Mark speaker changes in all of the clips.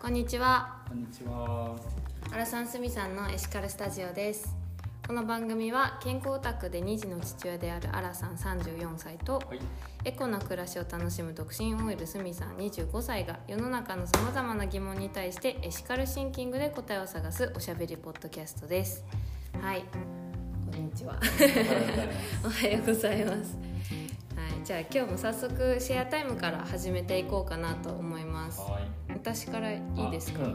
Speaker 1: こんにちは
Speaker 2: こんにちは。
Speaker 1: アラサンスミさんのエシカルスタジオですこの番組は健康オタクで2児の父親であるアラさん34歳と
Speaker 2: はい。
Speaker 1: エコな暮らしを楽しむ独身 OL スミさん25歳が世の中のさまざまな疑問に対してエシカルシンキングで答えを探すおしゃべりポッドキャストですはいこんにちは おはようございますはい、じゃあ今日も早速シェアタイムから始めていこうかなと思います
Speaker 2: はい。
Speaker 1: 私からいいですか、
Speaker 2: あ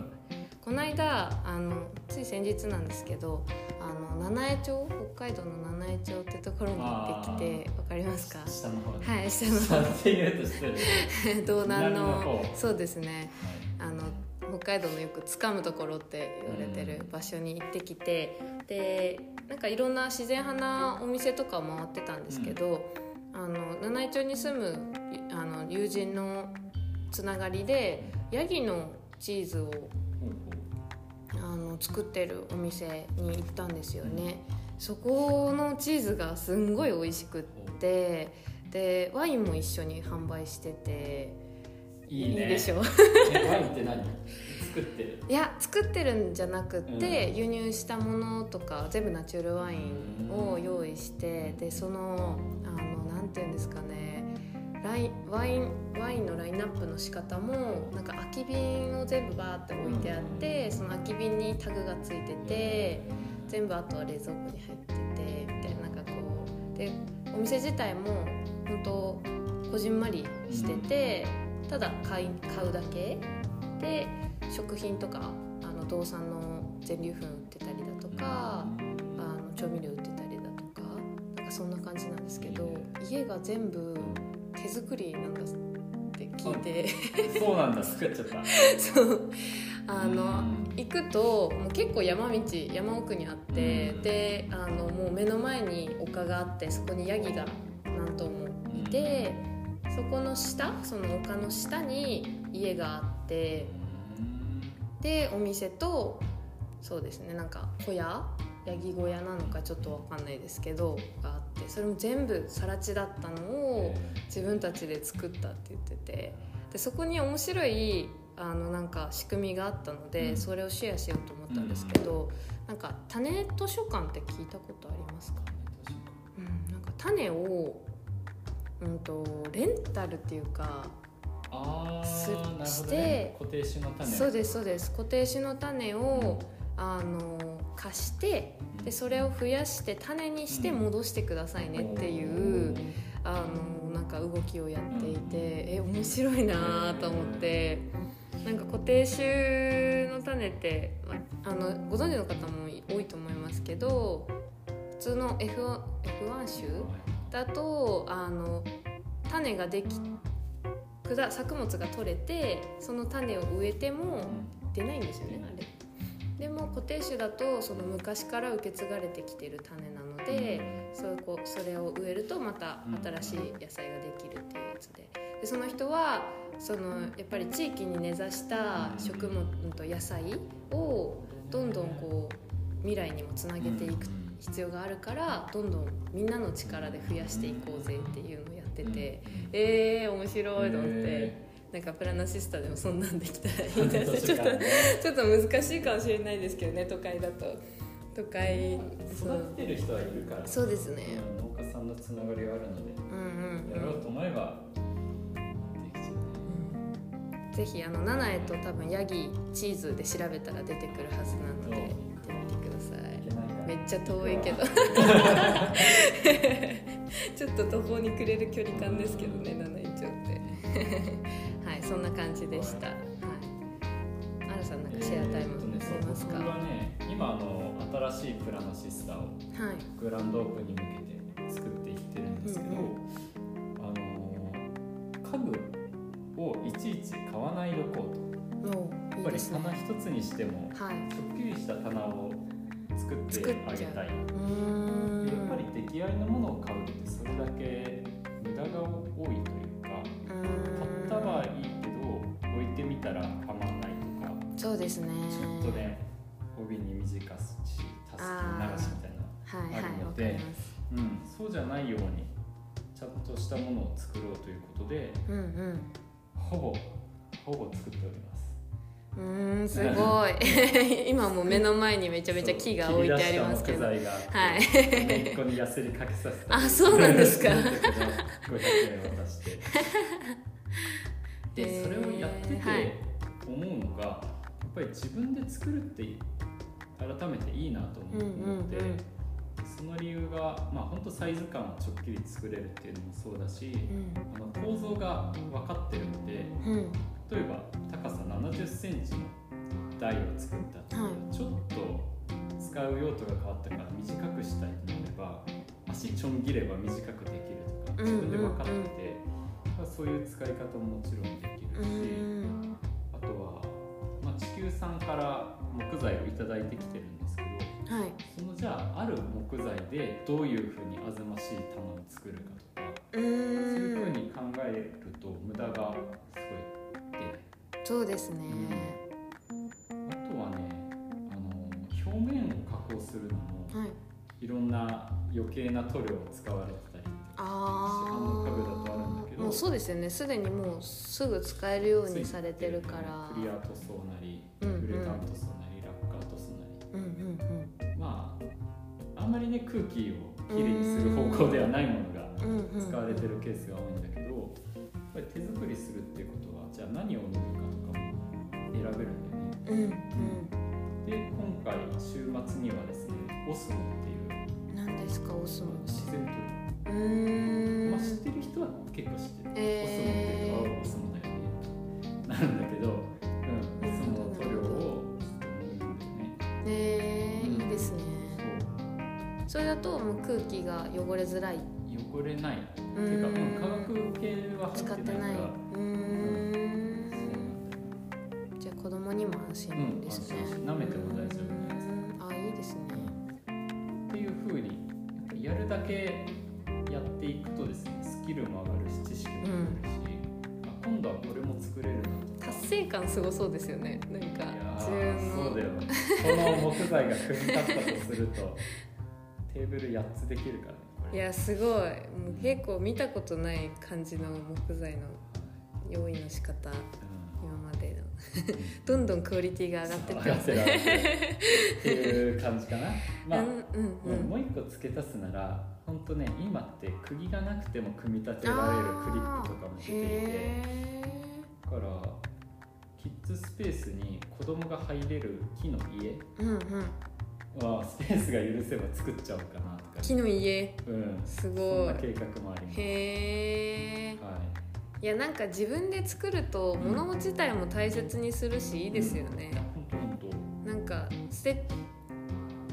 Speaker 1: この間あのつい先日なんですけどあの七重町北海道の七重町ってところに行ってきてわかりますか
Speaker 2: うん下の方。
Speaker 1: はい下の
Speaker 2: 下って言うとしてる。
Speaker 1: 道南の
Speaker 2: 南の方
Speaker 1: そうですねあの北海道のよく掴むところって言われてる場所に行ってきて、でなんかいろんな自然派なお店とかを回ってたんですけど、あの七井町に住むあの友人のつながりでヤギのチーズを
Speaker 2: ほう
Speaker 1: あの作ってるお店に行ったんですよね、そこのチーズがすんごい美味しくってでワインも一緒に販売してて
Speaker 2: ほういいね。
Speaker 1: でし
Speaker 2: ょ。
Speaker 1: ょ
Speaker 2: ワインって何？作ってる。
Speaker 1: いや作ってるんじゃなくって、
Speaker 2: う
Speaker 1: 輸入したものとか全部ナチュラルワインを用意してでそのあのなんていうんですかねラインワインワインのラインナップの仕方もなんか空き瓶を全部バーって置いてあってその空き瓶にタグがついてて全部あとは冷蔵庫に入っててみたいななんかこうでお店自体も本当こじんまりしてて、ただ買い買うだけで食品とかあの動産の全粒粉売ってたりだとか、あの調味料売ってたりだとかなんかそんな感じなんですけど
Speaker 2: いいね
Speaker 1: 家が全部手作りなんだって聞いて
Speaker 2: そうなんだ。作っちゃった。
Speaker 1: そうあの
Speaker 2: うん
Speaker 1: 行くともう結構山道山奥にあって、
Speaker 2: うん
Speaker 1: であのもう目の前に丘があってそこにヤギが何頭もいて、そこの下その丘の下に家があってでお店とそうですねなんか小屋ヤギ小屋なのかちょっとわかんないですけどがあってそれも全部更地だったのを自分たちで作ったって言っててでそこに面白いあのなんか仕組みがあったので、
Speaker 2: うん
Speaker 1: それをシェアしようと思ったんですけど、なんか種図書館って聞いたことありますか、うん、なんか種を、うん、とレンタルっていうか
Speaker 2: ああ。
Speaker 1: す
Speaker 2: なるほどね
Speaker 1: して
Speaker 2: 固定種の種。
Speaker 1: そうですそうです固定種の種をあの貸して
Speaker 2: うん
Speaker 1: でそれを増やして種にして戻してくださいねっていう、あのなんか動きをやっていて、え面白いなと思ってなんか固定種の種ってまあのご存知の方も多いと思いますけど普通の F F1 種だとあの種ができ果作物が取れてその種を植えても出ないんですよねあれでも固定種だとその昔から受け継がれてきてる種なので、そういうこうそれを植えるとまた新しい野菜ができるっていうやつででその人はそのやっぱり地域に根ざした食物と野菜をどんどんこう未来にもつなげていく必要があるからどんどんみんなの力で増やしていこうぜっていうのをやってて、えー、面白いと思って、なんかプラナシスタでもそんなんできたらいい なってちょっとちょっと難しいかもしれないですけどね都会だと都会そ
Speaker 2: 育っ
Speaker 1: う
Speaker 2: てる人はいるから。
Speaker 1: そうですね
Speaker 2: 農家さんのつながりはあるので。
Speaker 1: うんうん
Speaker 2: やろうと思えばできちゃう
Speaker 1: うんぜひあの七重と多分ヤギチーズで調べたら出てくるはずなので
Speaker 2: そう
Speaker 1: 行ってみてください
Speaker 2: いけないから
Speaker 1: めっちゃ遠いけ どちょっと途方に暮れる距離感ですけどね七井町ってはいそんな感じでしたはいアラさんなんかシェアタイム
Speaker 2: えーっとね
Speaker 1: ありますか、
Speaker 2: 僕はね今あの新しいプラのシスターを
Speaker 1: はい
Speaker 2: グランドオープンに向けて作っていってるんですけど、
Speaker 1: うん
Speaker 2: あのー家具をいちいち買わないでおこうと
Speaker 1: もうい
Speaker 2: やっ
Speaker 1: い
Speaker 2: ぱ
Speaker 1: で
Speaker 2: り
Speaker 1: すね
Speaker 2: 棚一つにしても
Speaker 1: はい
Speaker 2: ちょっきりした棚を作ってあげた
Speaker 1: う
Speaker 2: いや
Speaker 1: ーん
Speaker 2: っぱり出来合いのものを買うってそれだけ無駄が多いというか
Speaker 1: う
Speaker 2: 買
Speaker 1: ーん
Speaker 2: ったはいいけど置いてみたらはまんないとか
Speaker 1: そうですね
Speaker 2: ちょっとね帯に短したすき流しみたいな、
Speaker 1: はいはい
Speaker 2: ある
Speaker 1: わ
Speaker 2: の
Speaker 1: か
Speaker 2: で
Speaker 1: ります
Speaker 2: うん、そうじゃないようにちゃんとしたものを作ろうということで
Speaker 1: うんうん
Speaker 2: ほぼほぼ作っております
Speaker 1: うーんすごい今もう目の前にめちゃめちゃ木が置いてありますけど
Speaker 2: 切
Speaker 1: はい
Speaker 2: り出した木材があって ここにヤスリかけさせた
Speaker 1: あそうなんですか
Speaker 2: 500円渡して でそれをやってて
Speaker 1: えーはい
Speaker 2: 思うのがやっぱり自分で作るって改めていいなと思って、
Speaker 1: うんうんうん
Speaker 2: その理由がまあ本当サイズ感をちょっきり作れるっていうのもそうだし、
Speaker 1: うん
Speaker 2: あの構造が分かってるんで
Speaker 1: うん
Speaker 2: 例えば高さ7 0ンチの台を作ったら、
Speaker 1: は
Speaker 2: ちょっと使う用途が変わったから短くしたいとなれば足ちょん切れば短くできるとか
Speaker 1: うんうん
Speaker 2: 自分で分かって
Speaker 1: う
Speaker 2: て、
Speaker 1: ん
Speaker 2: まあそういう使い方ももちろんでき
Speaker 1: う
Speaker 2: るし、
Speaker 1: ん
Speaker 2: あとは、まあ、地球さんから木材を頂いただいてきてるんですけど
Speaker 1: はい
Speaker 2: そのじゃあある木材でどういうふうにあずましい玉を作るかとか。
Speaker 1: う
Speaker 2: そういうふう
Speaker 1: ーん
Speaker 2: に考えると無駄がすごい出ない
Speaker 1: そうですね
Speaker 2: あとはねあの表面を加工するのも
Speaker 1: はい
Speaker 2: いろんな余計な塗料を使われてたり市販の家具だとあるん
Speaker 1: あ
Speaker 2: だけ
Speaker 1: あ
Speaker 2: ど
Speaker 1: もうそうですよねすでにもうすぐ使えるようにされてるから
Speaker 2: クリア塗装なり
Speaker 1: うんうん
Speaker 2: ウレタン塗装なり、ラッカー塗装な
Speaker 1: うんうん
Speaker 2: りまああんまりね空気をきれいにする方向ではないものが
Speaker 1: うんうんうん
Speaker 2: 使われてるケースが多いんだけどやっぱり手作りするっていうことはじゃあ何を塗るかとかも選べるんだよね
Speaker 1: うん
Speaker 2: で今回週末にはですねオスモっていう
Speaker 1: うん何ですかオスモ
Speaker 2: 自然塗料
Speaker 1: うー
Speaker 2: ま
Speaker 1: ん
Speaker 2: あ、知ってる人は結構知ってる、
Speaker 1: えー
Speaker 2: オスモっていうのはオスモだよねなんだけど、うん、オスモの塗料を塗るんだよね
Speaker 1: えー、いいですね
Speaker 2: そ
Speaker 1: それだともう空気が汚れづらいう
Speaker 2: 汚れないって
Speaker 1: う
Speaker 2: いうか、うん、
Speaker 1: ーん
Speaker 2: 化学系は
Speaker 1: 使
Speaker 2: 入
Speaker 1: っ
Speaker 2: っててな
Speaker 1: ないい
Speaker 2: から
Speaker 1: うー
Speaker 2: そうなんだよ
Speaker 1: んじゃあ子供にも安心ですね、
Speaker 2: うん安心舐めても大丈夫なやつ
Speaker 1: うーんあいいですね
Speaker 2: っていうふうにやっぱりやるだけやっていくとですねスキルも上がるし知識も上がるし、あ今度はこれも作れるなとか
Speaker 1: 達成感すごそうですよねなんか
Speaker 2: いや
Speaker 1: 自
Speaker 2: ー
Speaker 1: 分
Speaker 2: そう
Speaker 1: の
Speaker 2: だよこの木材が組み立ったとすると テーブル8つできるからねこ
Speaker 1: い
Speaker 2: れ
Speaker 1: やすごいもう結構見たことない感じの木材の用意の仕方今までのどんどんクオリティが上がってってます
Speaker 2: 上がってる上
Speaker 1: ね
Speaker 2: がってるっていう感じか なまあ、
Speaker 1: うんうんう
Speaker 2: うん
Speaker 1: ん
Speaker 2: もう一個付け足すなら本当ね今って釘がなくても組み立てられるクリップとかも出ていて
Speaker 1: へ
Speaker 2: だからキッズスペースに子供が入れる木の家
Speaker 1: ーうんうん
Speaker 2: はスペースが許せば作っちゃおうかなとか、
Speaker 1: 木の家
Speaker 2: うん、
Speaker 1: す
Speaker 2: そん
Speaker 1: ご
Speaker 2: な計画もありま
Speaker 1: い
Speaker 2: す、はい、
Speaker 1: へえいやなんか自分で作ると物自体も大切にするしいいですよね
Speaker 2: いや本当本当
Speaker 1: なんか捨て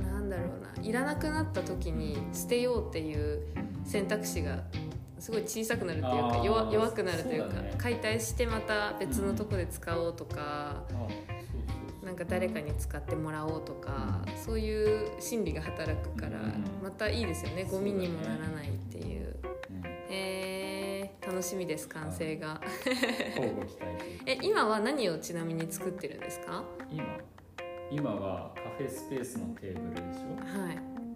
Speaker 1: なんだろうないらなくなった時に捨てようっていう選択肢がすごい小さくなるっていう
Speaker 2: あ
Speaker 1: か
Speaker 2: ー
Speaker 1: 弱弱くなるという
Speaker 2: そう
Speaker 1: か
Speaker 2: だね
Speaker 1: 解体してまた別のとこで使おうとか
Speaker 2: あそうそう
Speaker 1: なんか誰かに使ってもらおうとかそういう心理が働くから
Speaker 2: うん
Speaker 1: またいいですよねゴミにもならないっていう。
Speaker 2: うん
Speaker 1: えー、楽しみです完成が
Speaker 2: 交互期待というか
Speaker 1: え今は何をちなみに作ってるんですか
Speaker 2: 今今はカフェスペースのテーブルでしょ
Speaker 1: は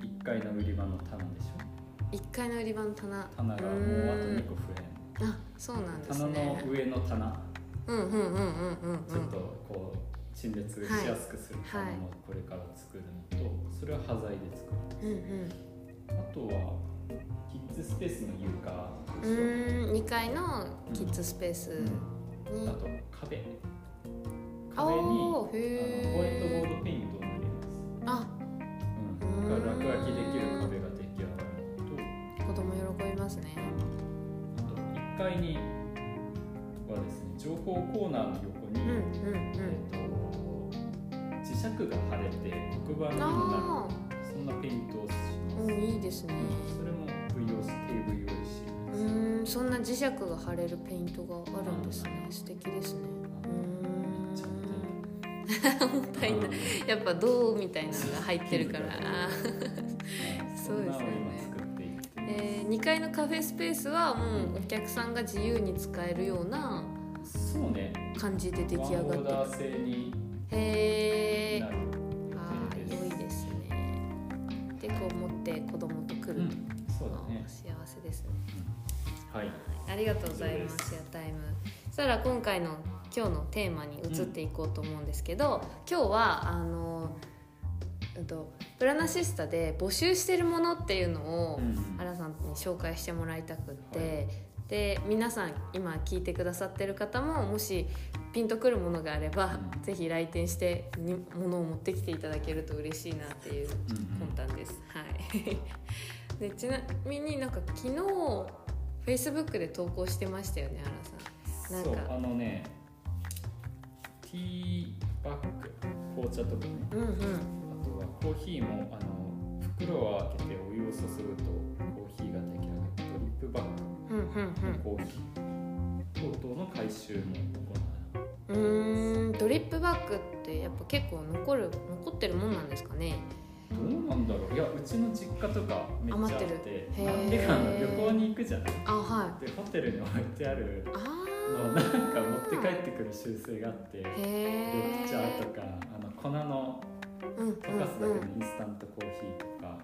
Speaker 2: 1階の売り場の棚でしょ
Speaker 1: い1階の売り場の棚
Speaker 2: 棚がもうあと2個増
Speaker 1: うーんあそうなん
Speaker 2: え
Speaker 1: で
Speaker 2: る
Speaker 1: す
Speaker 2: 棚
Speaker 1: ね
Speaker 2: の上の棚
Speaker 1: うんうんうんうんうん
Speaker 2: ちょっとこう陳列しやすくする棚もこれから作るのとそれは端材で作
Speaker 1: う
Speaker 2: る
Speaker 1: んうん
Speaker 2: あとはキッズスペースの床
Speaker 1: う
Speaker 2: でしょ
Speaker 1: ーん2階のキッズスペース
Speaker 2: う
Speaker 1: に、
Speaker 2: んあと壁
Speaker 1: あ
Speaker 2: 壁に
Speaker 1: おー
Speaker 2: あ
Speaker 1: へ
Speaker 2: のホワイトボ
Speaker 1: ー
Speaker 2: ードペイントを塗ります
Speaker 1: あ
Speaker 2: うん、だから落書きできる壁が出来上がるのと
Speaker 1: 子供喜びますね
Speaker 2: あと1階にはですね情報コーナーの横に、
Speaker 1: うんうん
Speaker 2: えー、と磁石が貼れて黒板
Speaker 1: うん
Speaker 2: にもな
Speaker 1: あ
Speaker 2: るそんなペイントをし
Speaker 1: あ
Speaker 2: ます、
Speaker 1: うんいいですね
Speaker 2: それも VOC
Speaker 1: う
Speaker 2: TVOC です、
Speaker 1: ーんそんな磁石が貼れるペイントがあるんですね素敵ですね
Speaker 2: めっちゃ
Speaker 1: うーんもった
Speaker 2: う
Speaker 1: い
Speaker 2: ん
Speaker 1: ないやっぱ銅みたいなのが入ってるから
Speaker 2: そ
Speaker 1: あ
Speaker 2: う
Speaker 1: ー
Speaker 2: そんなのを今作っていって、
Speaker 1: えー、2階のカフェスペースはもうお客さんが自由に使えるような
Speaker 2: そうね
Speaker 1: 感じで出来
Speaker 2: ワン
Speaker 1: 上
Speaker 2: オー
Speaker 1: が
Speaker 2: ダ
Speaker 1: って
Speaker 2: ー制
Speaker 1: る
Speaker 2: に
Speaker 1: へえ
Speaker 2: なる
Speaker 1: あー良いですねでこう持って子供と来る
Speaker 2: う
Speaker 1: と、
Speaker 2: んそうだね
Speaker 1: 幸せですね
Speaker 2: はい
Speaker 1: ありがとうございま
Speaker 2: 以上です
Speaker 1: すやタイムしたら今回の今日のテーマに移っていこうと思うんですけど、今日はあの、うんと、プラナシスタで募集してるものっていうのを、アラさんに紹介してもらいたくって、で皆さん今聞いてくださってる方ももしピンとくるものがあれば、
Speaker 2: うん
Speaker 1: ぜひ来店してにものを持ってきていただけると嬉しいなっていう魂胆です。はい、 でちなみになんか昨日 Facebook で投稿してましたよねアラなんか
Speaker 2: そうあのねティーバッグ紅茶とかね
Speaker 1: さん。うんうん
Speaker 2: あとはコーヒーもあの袋を開けてお湯を注ぐとコーヒーが出来上がるドリップバッグ
Speaker 1: うん
Speaker 2: のコーヒー等々の回収も行
Speaker 1: う
Speaker 2: う
Speaker 1: んうんうーんドリップバッグってやっぱ結構残る残ってるもんなんですかね
Speaker 2: どうなんだろういやうちの実家とかめっちゃあっ
Speaker 1: 余
Speaker 2: て
Speaker 1: ってるへー
Speaker 2: あてかあの旅行に行くじゃんで
Speaker 1: あはい
Speaker 2: ホテルに置いてある
Speaker 1: あ
Speaker 2: のを
Speaker 1: ー
Speaker 2: なんか持って帰ってくる習性があって
Speaker 1: へ
Speaker 2: 緑
Speaker 1: え
Speaker 2: 茶とかあの粉の
Speaker 1: うんうん
Speaker 2: 溶かすだ
Speaker 1: う
Speaker 2: けの
Speaker 1: ん
Speaker 2: インスタントコーヒーとか、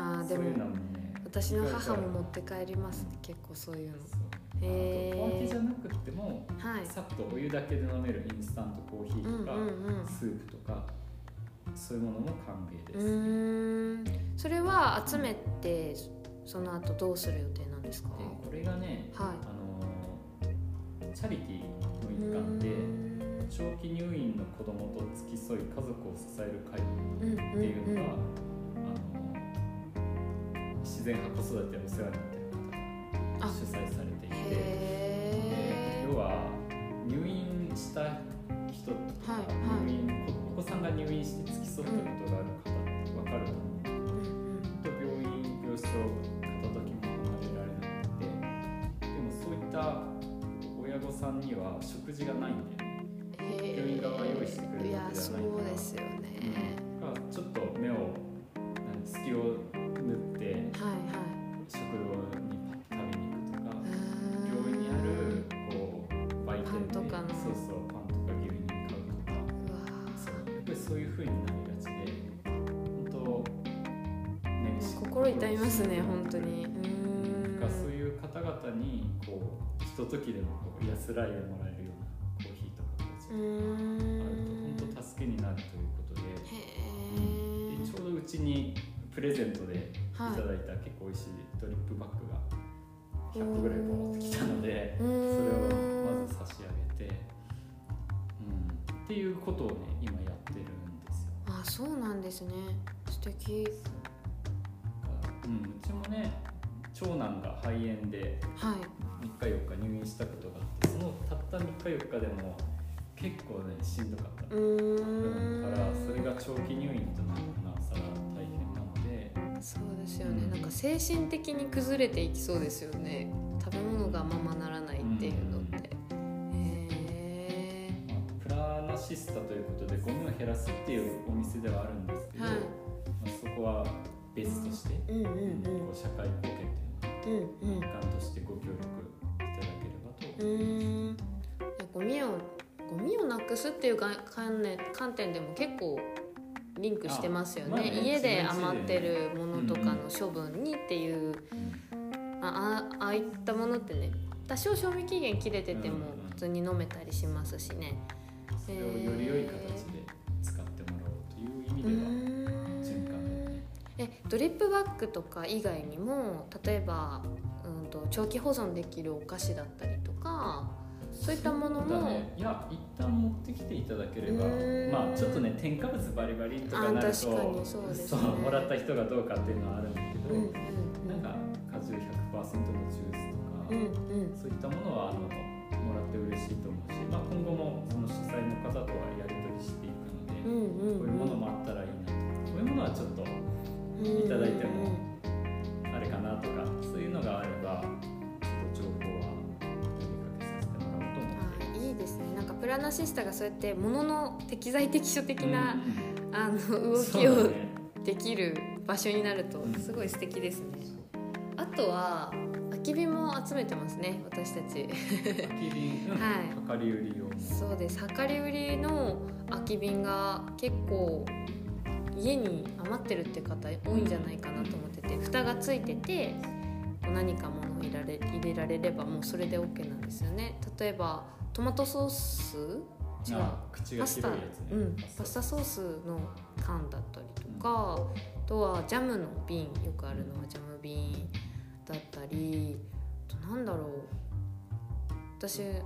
Speaker 1: あーで
Speaker 2: そういうの
Speaker 1: も
Speaker 2: もね
Speaker 1: 私の母も持って帰りますね結構そういうの
Speaker 2: そう
Speaker 1: へー
Speaker 2: あとコーヒーじゃなくても
Speaker 1: はい
Speaker 2: さっとお湯だけで飲めるインスタントコーヒ
Speaker 1: う
Speaker 2: ー
Speaker 1: ん
Speaker 2: とか、
Speaker 1: うんうん
Speaker 2: スープとかそういうものも歓迎
Speaker 1: う
Speaker 2: です、
Speaker 1: ーんそれは集めてその後どうする予定なんですか
Speaker 2: でこれがね
Speaker 1: は
Speaker 2: あのーチャリティー
Speaker 1: い
Speaker 2: の一環で
Speaker 1: うーん
Speaker 2: 長期入院の子供と付き添い家族を支える会っ
Speaker 1: うん
Speaker 2: ていううん
Speaker 1: う
Speaker 2: のが、
Speaker 1: ん
Speaker 2: あのー自然派子育てお世話になっている方
Speaker 1: あ
Speaker 2: が主催されていて
Speaker 1: へ
Speaker 2: 要は入院した人とか、
Speaker 1: はいはい
Speaker 2: 入院おお子さんが入院して付き添ったことがある方って分かると思うんですけど
Speaker 1: え
Speaker 2: と病院病床片時も離れられなくてでもそういった親御さんには食事がないんで、ね、病院側が用意してくれるわけ
Speaker 1: い
Speaker 2: では
Speaker 1: や
Speaker 2: ない
Speaker 1: そうですよね
Speaker 2: だからちょっと目を何隙を縫って
Speaker 1: はいは
Speaker 2: 食堂に食べに行くとか
Speaker 1: いうーん
Speaker 2: 病院にあるこう売店で
Speaker 1: パンとかの
Speaker 2: そうそうパンとか牛乳買うとか
Speaker 1: うわ
Speaker 2: そうやっぱりそういう風になりがちで本当ね
Speaker 1: ー心痛みますね
Speaker 2: 心
Speaker 1: 本当にうーん
Speaker 2: がそういう方々にこうひとときでもこう安らいをもらえるようなコーヒーとか紅
Speaker 1: う
Speaker 2: 茶
Speaker 1: ー
Speaker 2: がある
Speaker 1: ん
Speaker 2: と本当助けになるということで
Speaker 1: へ
Speaker 2: で
Speaker 1: え
Speaker 2: ちょうどうちにプレゼントでいただ
Speaker 1: はい
Speaker 2: いた結構美味しいドリップバッグが100個ぐらいもらってきたので
Speaker 1: う
Speaker 2: それ
Speaker 1: ーん
Speaker 2: をまず差し上げて、うん、っていうことをね今やってるんですよ。
Speaker 1: あそうなんですね素敵
Speaker 2: うん、うちもね長男が肺炎で
Speaker 1: はい
Speaker 2: 3日4日入院したことがあってそのたった3日4日でも結構ねしんどかった、
Speaker 1: うーん
Speaker 2: だからそれが長期入院となるのはなおさら大変なので
Speaker 1: そうですよねなんか精神的に崩れていきそうですよね食べ物がままならないっていうのってへえ
Speaker 2: まあプラナシスタということでゴミを減らすっていうお店ではあるんですけど、
Speaker 1: はい
Speaker 2: まあそこは別として、
Speaker 1: うんうん
Speaker 2: こう社会貢献という
Speaker 1: うんうん
Speaker 2: のを一環としてご協力いただければ
Speaker 1: う
Speaker 2: と
Speaker 1: んうーんゴミをゴミをなくすっていうが観念観点でも結構リンクしてますよね,、
Speaker 2: あまあね
Speaker 1: 家で
Speaker 2: 自分
Speaker 1: 余っ
Speaker 2: 家
Speaker 1: て
Speaker 2: でね
Speaker 1: るものとかの処分にっていう、ああああいったものってね多少賞味期限切れてても
Speaker 2: うんうん
Speaker 1: 普通に飲めたりしますしね
Speaker 2: それをより良い形で使ってもらおうという意味では、循環だよね
Speaker 1: えドリップバッグとか以外にも例えばうんと長期保存できるお菓子だったりとかそういったもの
Speaker 2: そうだ
Speaker 1: も、
Speaker 2: ね、いや一旦持ってきていただければ
Speaker 1: うーん
Speaker 2: まあちょっとね添加物バリバリとかなると
Speaker 1: あ確かにそうですね
Speaker 2: そうもらった人がどうかっていうのはあるんだけど、
Speaker 1: うんうん
Speaker 2: なんか果汁100%のジュースとか、
Speaker 1: うんうん
Speaker 2: そういったものはあのもらって嬉しいと思うし、まあ、今後もその主催の方とはやり取りしていくの
Speaker 1: う
Speaker 2: で、
Speaker 1: んうん
Speaker 2: こういうものもあったらいいなとこういうものはちょっと
Speaker 1: うん
Speaker 2: いただいてもあれかなとかそういうのがあればちょっと情報はお呼びかけさせてもらおうと思って
Speaker 1: あいいですねなんかプラナシスタがそうやってものの適材適所的な、あの動
Speaker 2: そう
Speaker 1: き
Speaker 2: だ
Speaker 1: を
Speaker 2: ね
Speaker 1: できる場所になると
Speaker 2: うん
Speaker 1: すごい素敵ですね、あとは空き瓶も集めてますね私たち
Speaker 2: 空き瓶、
Speaker 1: はい
Speaker 2: 量り売り用の
Speaker 1: そうです量り売りの空き瓶が結構家に余ってるって方多いんじゃないかなと思ってて蓋がついてて何か物を入れられ入入れられればもうそれで OK なんですよね例えばトマトソース違う
Speaker 2: あ口が
Speaker 1: パスタ、
Speaker 2: 広いやつね
Speaker 1: うん、パスタソースの缶だったりとか、あとはジャムの瓶よくあるのはジャム瓶だったりあとなんだろう私う
Speaker 2: ちょ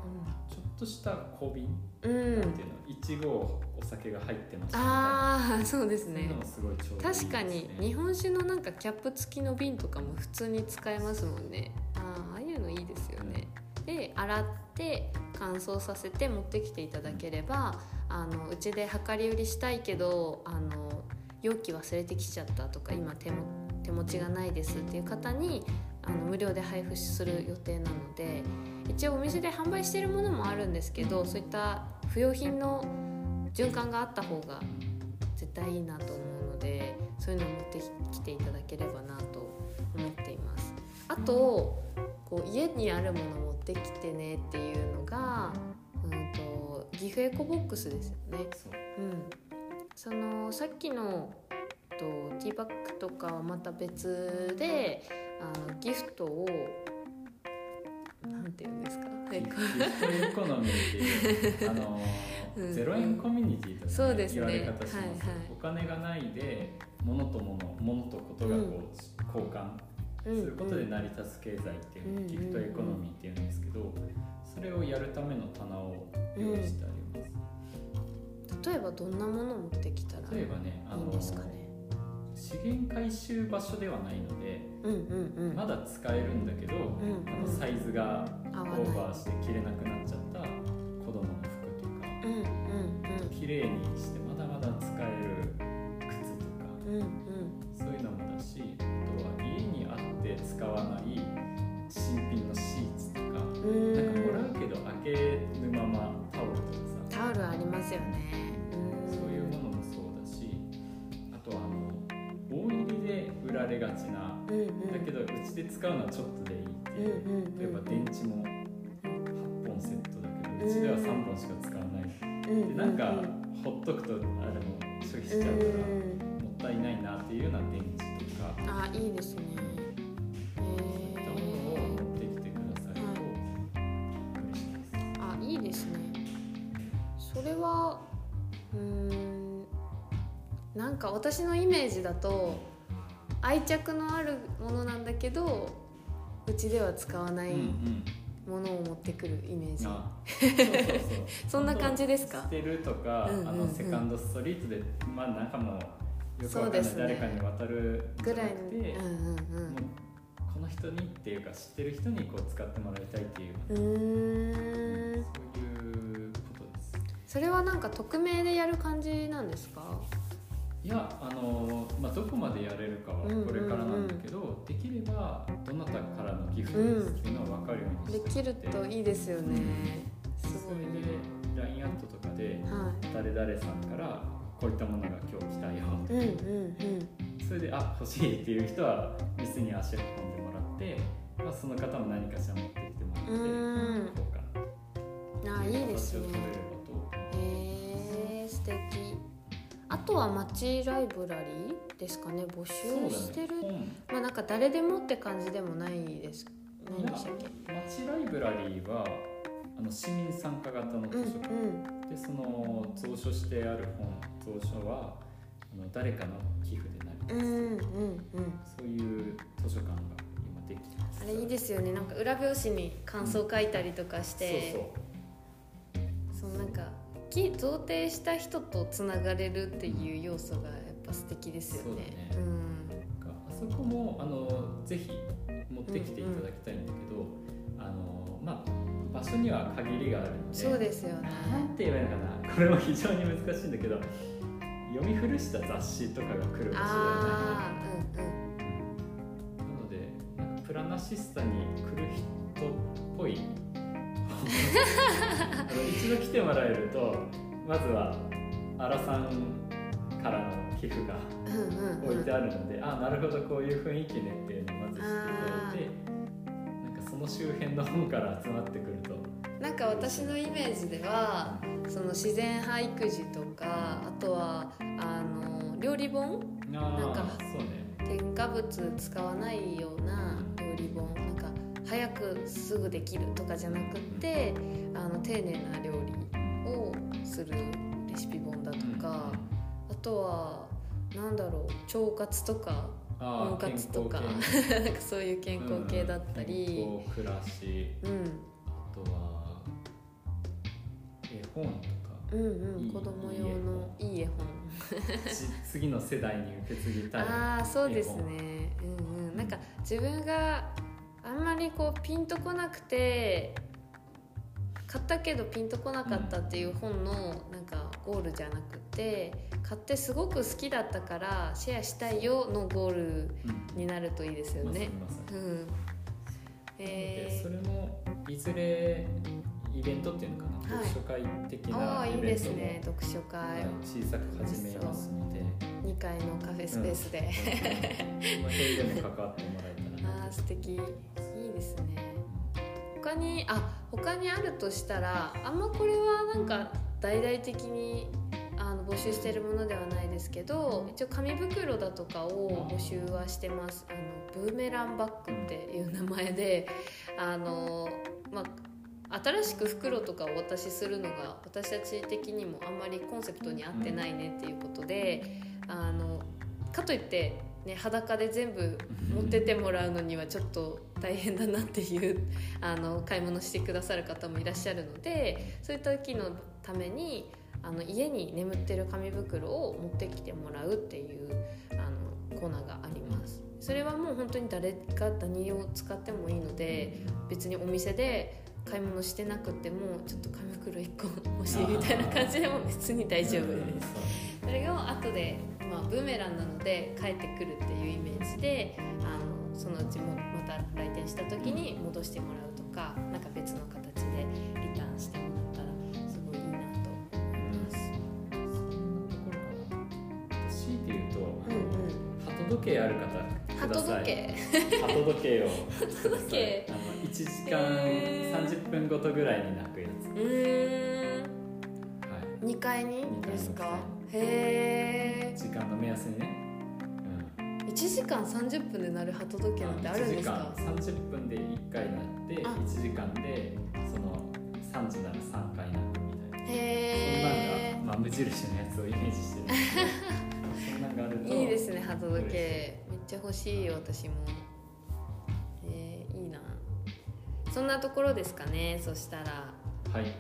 Speaker 2: っとした小瓶
Speaker 1: ん、う
Speaker 2: なん
Speaker 1: ん
Speaker 2: て、いうのいちごお酒が入ってますみたいな
Speaker 1: ああそうです
Speaker 2: そういう
Speaker 1: ね
Speaker 2: のもすごいちょうどいいです
Speaker 1: 確かに
Speaker 2: ね
Speaker 1: 日本酒のなんかキャップ付きの瓶とかも普通に使えますもんねあーああいうのいいですよねで洗って乾燥させて持ってきていただければあのうちで量り売りしたいけどあの容器忘れてきちゃったとか今手も手持ちがないですっていう方にあの無料で配布する予定なので一応お店で販売しているものもあるんですけどそういった不要品の循環があった方が絶対いいなと思うのでそういうのを持ってきていただければなと思っていますあとこう家にあるもの持ってきてねっていうのが、うん、とギフエコボックスですよね
Speaker 2: そう
Speaker 1: うん、そのさっきのえっとティーバッグとかはまた別であのギフトをなんて言うんですか、 はい
Speaker 2: ギフトエコノミーっていうあのー
Speaker 1: うん
Speaker 2: ゼロ円コミュニティとか、
Speaker 1: そうですね
Speaker 2: 言われ方します、
Speaker 1: はいはい
Speaker 2: お金がないで物と物物とことがこう、交換
Speaker 1: う
Speaker 2: す
Speaker 1: ん
Speaker 2: ることで成り立つ経済っていう、
Speaker 1: うん
Speaker 2: ギフトエコノミーっていうんですけど、それをやるための棚を用意してあります、
Speaker 1: 例えばどんなもの持ってきたらい
Speaker 2: 例え
Speaker 1: い
Speaker 2: ばねあの
Speaker 1: ん
Speaker 2: ー
Speaker 1: ですかね
Speaker 2: 資源回収場所ではないので、
Speaker 1: うんうんうん
Speaker 2: まだ使えるんだけど、
Speaker 1: ん
Speaker 2: あのサイズが
Speaker 1: 合
Speaker 2: オ
Speaker 1: わない
Speaker 2: ーバーして着れなくなっちゃった子供の服とか
Speaker 1: うんうん
Speaker 2: 綺麗にしてまだまだ使える靴とか
Speaker 1: うんうん
Speaker 2: そういうのもだしあとは家にあって使わない新品のシーツとか
Speaker 1: うんうん
Speaker 2: なんかもらうけど開けぬままタオルとかさ
Speaker 1: タオルありますよねん
Speaker 2: そういうものもそうだしあとはあの大入りで売られがちな
Speaker 1: うんうん
Speaker 2: だけどうちで使うのはちょっとでいいって
Speaker 1: うん
Speaker 2: い
Speaker 1: う
Speaker 2: う。
Speaker 1: んうん
Speaker 2: 例えば電池も8本セットだけどうちでは3本しか使わない
Speaker 1: うん
Speaker 2: でなん
Speaker 1: う
Speaker 2: か
Speaker 1: んうん
Speaker 2: ほっとくとあれも消費し
Speaker 1: う
Speaker 2: ちゃうからも
Speaker 1: ん
Speaker 2: ったいないなっていうような電池とか
Speaker 1: あいいですね。
Speaker 2: そういったものを
Speaker 1: え
Speaker 2: 持ってきてくださると嬉しいです
Speaker 1: ー、あいいですね。それはうーんなんか私のイメージだと愛着のあるものなんだけどうちでは使わな
Speaker 2: う
Speaker 1: い
Speaker 2: んうん
Speaker 1: ものを持ってくるイメージ。
Speaker 2: あそうそうそう
Speaker 1: そんな感じですか
Speaker 2: 本当捨てるとかあ
Speaker 1: うんうんうん
Speaker 2: のセカンドストリートでまあなんかもうよくわかんな
Speaker 1: そ
Speaker 2: いう
Speaker 1: で
Speaker 2: 誰
Speaker 1: すね
Speaker 2: かに渡るんじ
Speaker 1: ぐ
Speaker 2: ゃな
Speaker 1: らい
Speaker 2: く
Speaker 1: の。うん
Speaker 2: て
Speaker 1: うんうん
Speaker 2: もう。この人にっていうか知ってる人にこう使ってもらいたいっていう
Speaker 1: うーん
Speaker 2: そういうことです。
Speaker 1: それはなんか匿名でやる感じなんですか
Speaker 2: いやあのまあ、どこまでやれるかはこれからなんだけど、できればどなたからのギフトですっていうのは分かるように
Speaker 1: で
Speaker 2: して
Speaker 1: きるといいですよねす
Speaker 2: そ
Speaker 1: ごいね
Speaker 2: れで LINE アットとかで
Speaker 1: はい
Speaker 2: 誰々さんからこういったものが今日来たよ
Speaker 1: うんうんうん
Speaker 2: それであ欲しいっていう人は店に足を運んでもらって、まあ、その方も何かしら持ってきてもらって
Speaker 1: う
Speaker 2: 交
Speaker 1: ん
Speaker 2: 換
Speaker 1: あいいですね
Speaker 2: 形を取れればと
Speaker 1: へえ素敵あとは街ライブラリーですかね募集
Speaker 2: そう
Speaker 1: し
Speaker 2: だ
Speaker 1: て
Speaker 2: ね
Speaker 1: る、
Speaker 2: 本
Speaker 1: まあなんか誰でもって感じでもないですないんでしたっけ
Speaker 2: 街ライブラリーはあの市民参加型の図
Speaker 1: うんう
Speaker 2: 書館
Speaker 1: ん
Speaker 2: でその蔵書してある本蔵書はあの誰かの寄付でなりま
Speaker 1: うんう
Speaker 2: す、
Speaker 1: んうん
Speaker 2: そういう図書館が今できてます
Speaker 1: あれいいですよねなんか裏表紙に感想書いたりとかして、
Speaker 2: そう
Speaker 1: そうなんかき贈呈した人とつながれるっていう要素がやっぱ素敵ですよね。
Speaker 2: そうだね
Speaker 1: ん
Speaker 2: そうなんかあそこもあのぜひ持ってきていただきたいんだけど、あのまあ場所には限りがあるので
Speaker 1: そうですよね。
Speaker 2: なんて言えばいいのかなこれも非常に難しいんだけど読み古した雑誌とかが来る場所では
Speaker 1: ああ、うん
Speaker 2: ないなのでなんかプラナシスタに来る人っ ぽいあの一度来てもらえるとまずはアラさんからの寄付が
Speaker 1: うんうんうん
Speaker 2: 置
Speaker 1: う
Speaker 2: いて
Speaker 1: ん。
Speaker 2: あるので、あなるほどこういう雰囲気ねっていうのをまず知っていただいてなんかその周辺の方から集まってくると
Speaker 1: なんか私のイメージではその自然俳句児とかあとはあの料理本
Speaker 2: なん
Speaker 1: か
Speaker 2: そうね
Speaker 1: 添加物使わないような料理本なんか早くすぐできるとかじゃなくってあの丁寧な料理をするレシピ本だとか、あとはなんだろう腸活とか
Speaker 2: あ
Speaker 1: 温
Speaker 2: ー健
Speaker 1: 活
Speaker 2: 康
Speaker 1: とかなんかそういう健康系だったり
Speaker 2: うん、健康暮らし
Speaker 1: うん、
Speaker 2: あとは絵本とか
Speaker 1: うんう
Speaker 2: い
Speaker 1: ん
Speaker 2: い
Speaker 1: 子供用のいい絵本
Speaker 2: ち次の世代に受け継ぎたい
Speaker 1: ああそうですねうんうんなんか自分があんまりこうピンとこなくて買ったけどピンとこなかったっていう本のなんかゴールじゃなくて買ってすごく好きだったからシェアしたいよのゴール
Speaker 2: うん
Speaker 1: になるといいですよ
Speaker 2: まさに
Speaker 1: ね。
Speaker 2: まさに
Speaker 1: うん、
Speaker 2: で
Speaker 1: え
Speaker 2: それもいずれイベントっていうのかな、
Speaker 1: はい
Speaker 2: 読書会的
Speaker 1: ー、あ
Speaker 2: な
Speaker 1: あ
Speaker 2: イ
Speaker 1: いい
Speaker 2: ベ
Speaker 1: で
Speaker 2: ン
Speaker 1: す
Speaker 2: トも
Speaker 1: ね読書会
Speaker 2: まあ小さく始めますので、
Speaker 1: 2階のカフェスペースで、
Speaker 2: その辺でも関わってもらえたらな
Speaker 1: ああ素敵いいですね他にあ他にあるとしたらあんまこれはなんか大々的にあの募集してるものではないですけど一応紙袋だとかを募集はしてますあのブーメランバッグっていう名前であのまあ新しく袋とかをお渡しするのが私たち的にもあんまりコンセプトに合ってないねっていうことであのかといって、ね、裸で全部持ってってもらうのにはちょっと大変だなっていうあの買い物してくださる方もいらっしゃるのでそういった時のためにあの家に眠ってる紙袋を持ってきてもらうっていうあのコーナーがあります。それはもう本当に誰が何を使ってもいいので別にお店で買い物してなくてもちょっと紙袋1個欲しいみたいな感じでも別に大丈夫です。それが後で、まあ、ブーメランなので帰ってくるっていうイメージであのそのうちもまた来店した時に戻してもらうとかなんか別の形でリターンしてもらったらすごいいいなと思います。
Speaker 2: 強いて言うと、
Speaker 1: うんうん、
Speaker 2: 鳩時計ある方くだ
Speaker 1: 鳩
Speaker 2: さ
Speaker 1: 時
Speaker 2: い
Speaker 1: 計
Speaker 2: 鳩時計を
Speaker 1: 鳩時計
Speaker 2: あの1時
Speaker 1: へ
Speaker 2: 間
Speaker 1: ー
Speaker 2: 30分ごとぐらいに鳴くや
Speaker 1: うーん
Speaker 2: つ、はい、
Speaker 1: 2階に
Speaker 2: 二階の
Speaker 1: ですか
Speaker 2: 二
Speaker 1: へえ
Speaker 2: 時間の目安にね、うん、
Speaker 1: 1時間30分で鳴る鳩時計なんてあるんですか
Speaker 2: 1時間30分で1回鳴って
Speaker 1: あ
Speaker 2: 1時間でその3時なら3回鳴くみたいな
Speaker 1: へ
Speaker 2: そ
Speaker 1: え
Speaker 2: んなんが、まあ、無印のやつをイメージしてるん ですけどそんなんがあると
Speaker 1: いいですね鳩時計めっちゃ欲しいよ私もえー、いいなそんなところですかねそしたら
Speaker 2: はい
Speaker 1: はい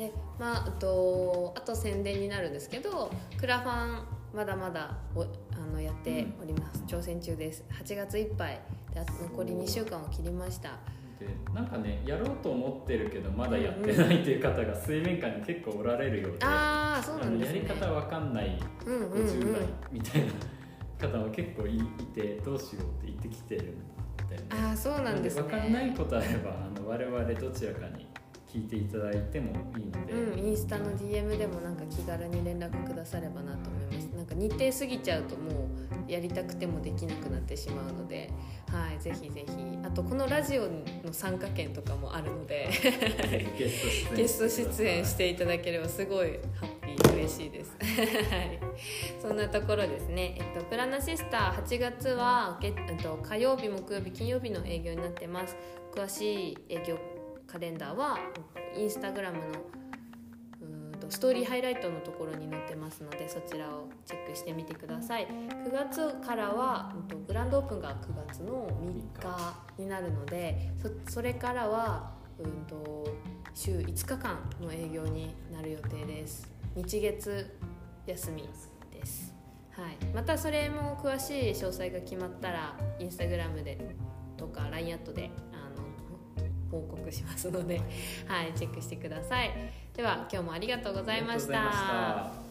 Speaker 1: でまああとあと宣伝になるんですけどクラファンまだまだおあのやっております、挑戦中です8月いっぱいであと残り2週間を切りました
Speaker 2: でなんかねやろうと思ってるけどまだやってないっていう方が水面下に結構おられるようで
Speaker 1: ああそう
Speaker 2: あ
Speaker 1: なん
Speaker 2: の
Speaker 1: です
Speaker 2: や
Speaker 1: ね
Speaker 2: り方わかんない
Speaker 1: うんうんう
Speaker 2: 50代
Speaker 1: ん
Speaker 2: みたいな方も結構いいてどうしようって言ってきてるんだよね
Speaker 1: ああそうなんですね
Speaker 2: 分かんないことあればあの我々どちらかに聞いていただいてもいいので、
Speaker 1: うん、インスタの DM でもなんか気軽に連絡くださればなと思いますなんか日程過ぎちゃうともうやりたくてもできなくなってしまうので、はい、ぜひぜひあとこのラジオの参加権とかもあるので
Speaker 2: ぜひゲスト出演
Speaker 1: ゲスト出演してていただければすごいハッピー嬉しいです はいそんなところですね、えっと、プラナシスター8月は月、えっと、火曜日木曜日金曜日の営業になってます詳しい営業カレンダーはインスタグラムのうーんとストーリーハイライトのところに載ってますのでそちらをチェックしてみてください9月からはうんとグランドオープンが9月の3日になるのでそそれからはうんと週5日間の営業になる予定です日月休みですはい、またそれも詳しい詳細が決まったらインスタグラムでとか LINE アットであの報告しますので、はい、チェックしてくださいでは今日もありがとうご
Speaker 2: ご
Speaker 1: ざいまし
Speaker 2: ありがとうございましたた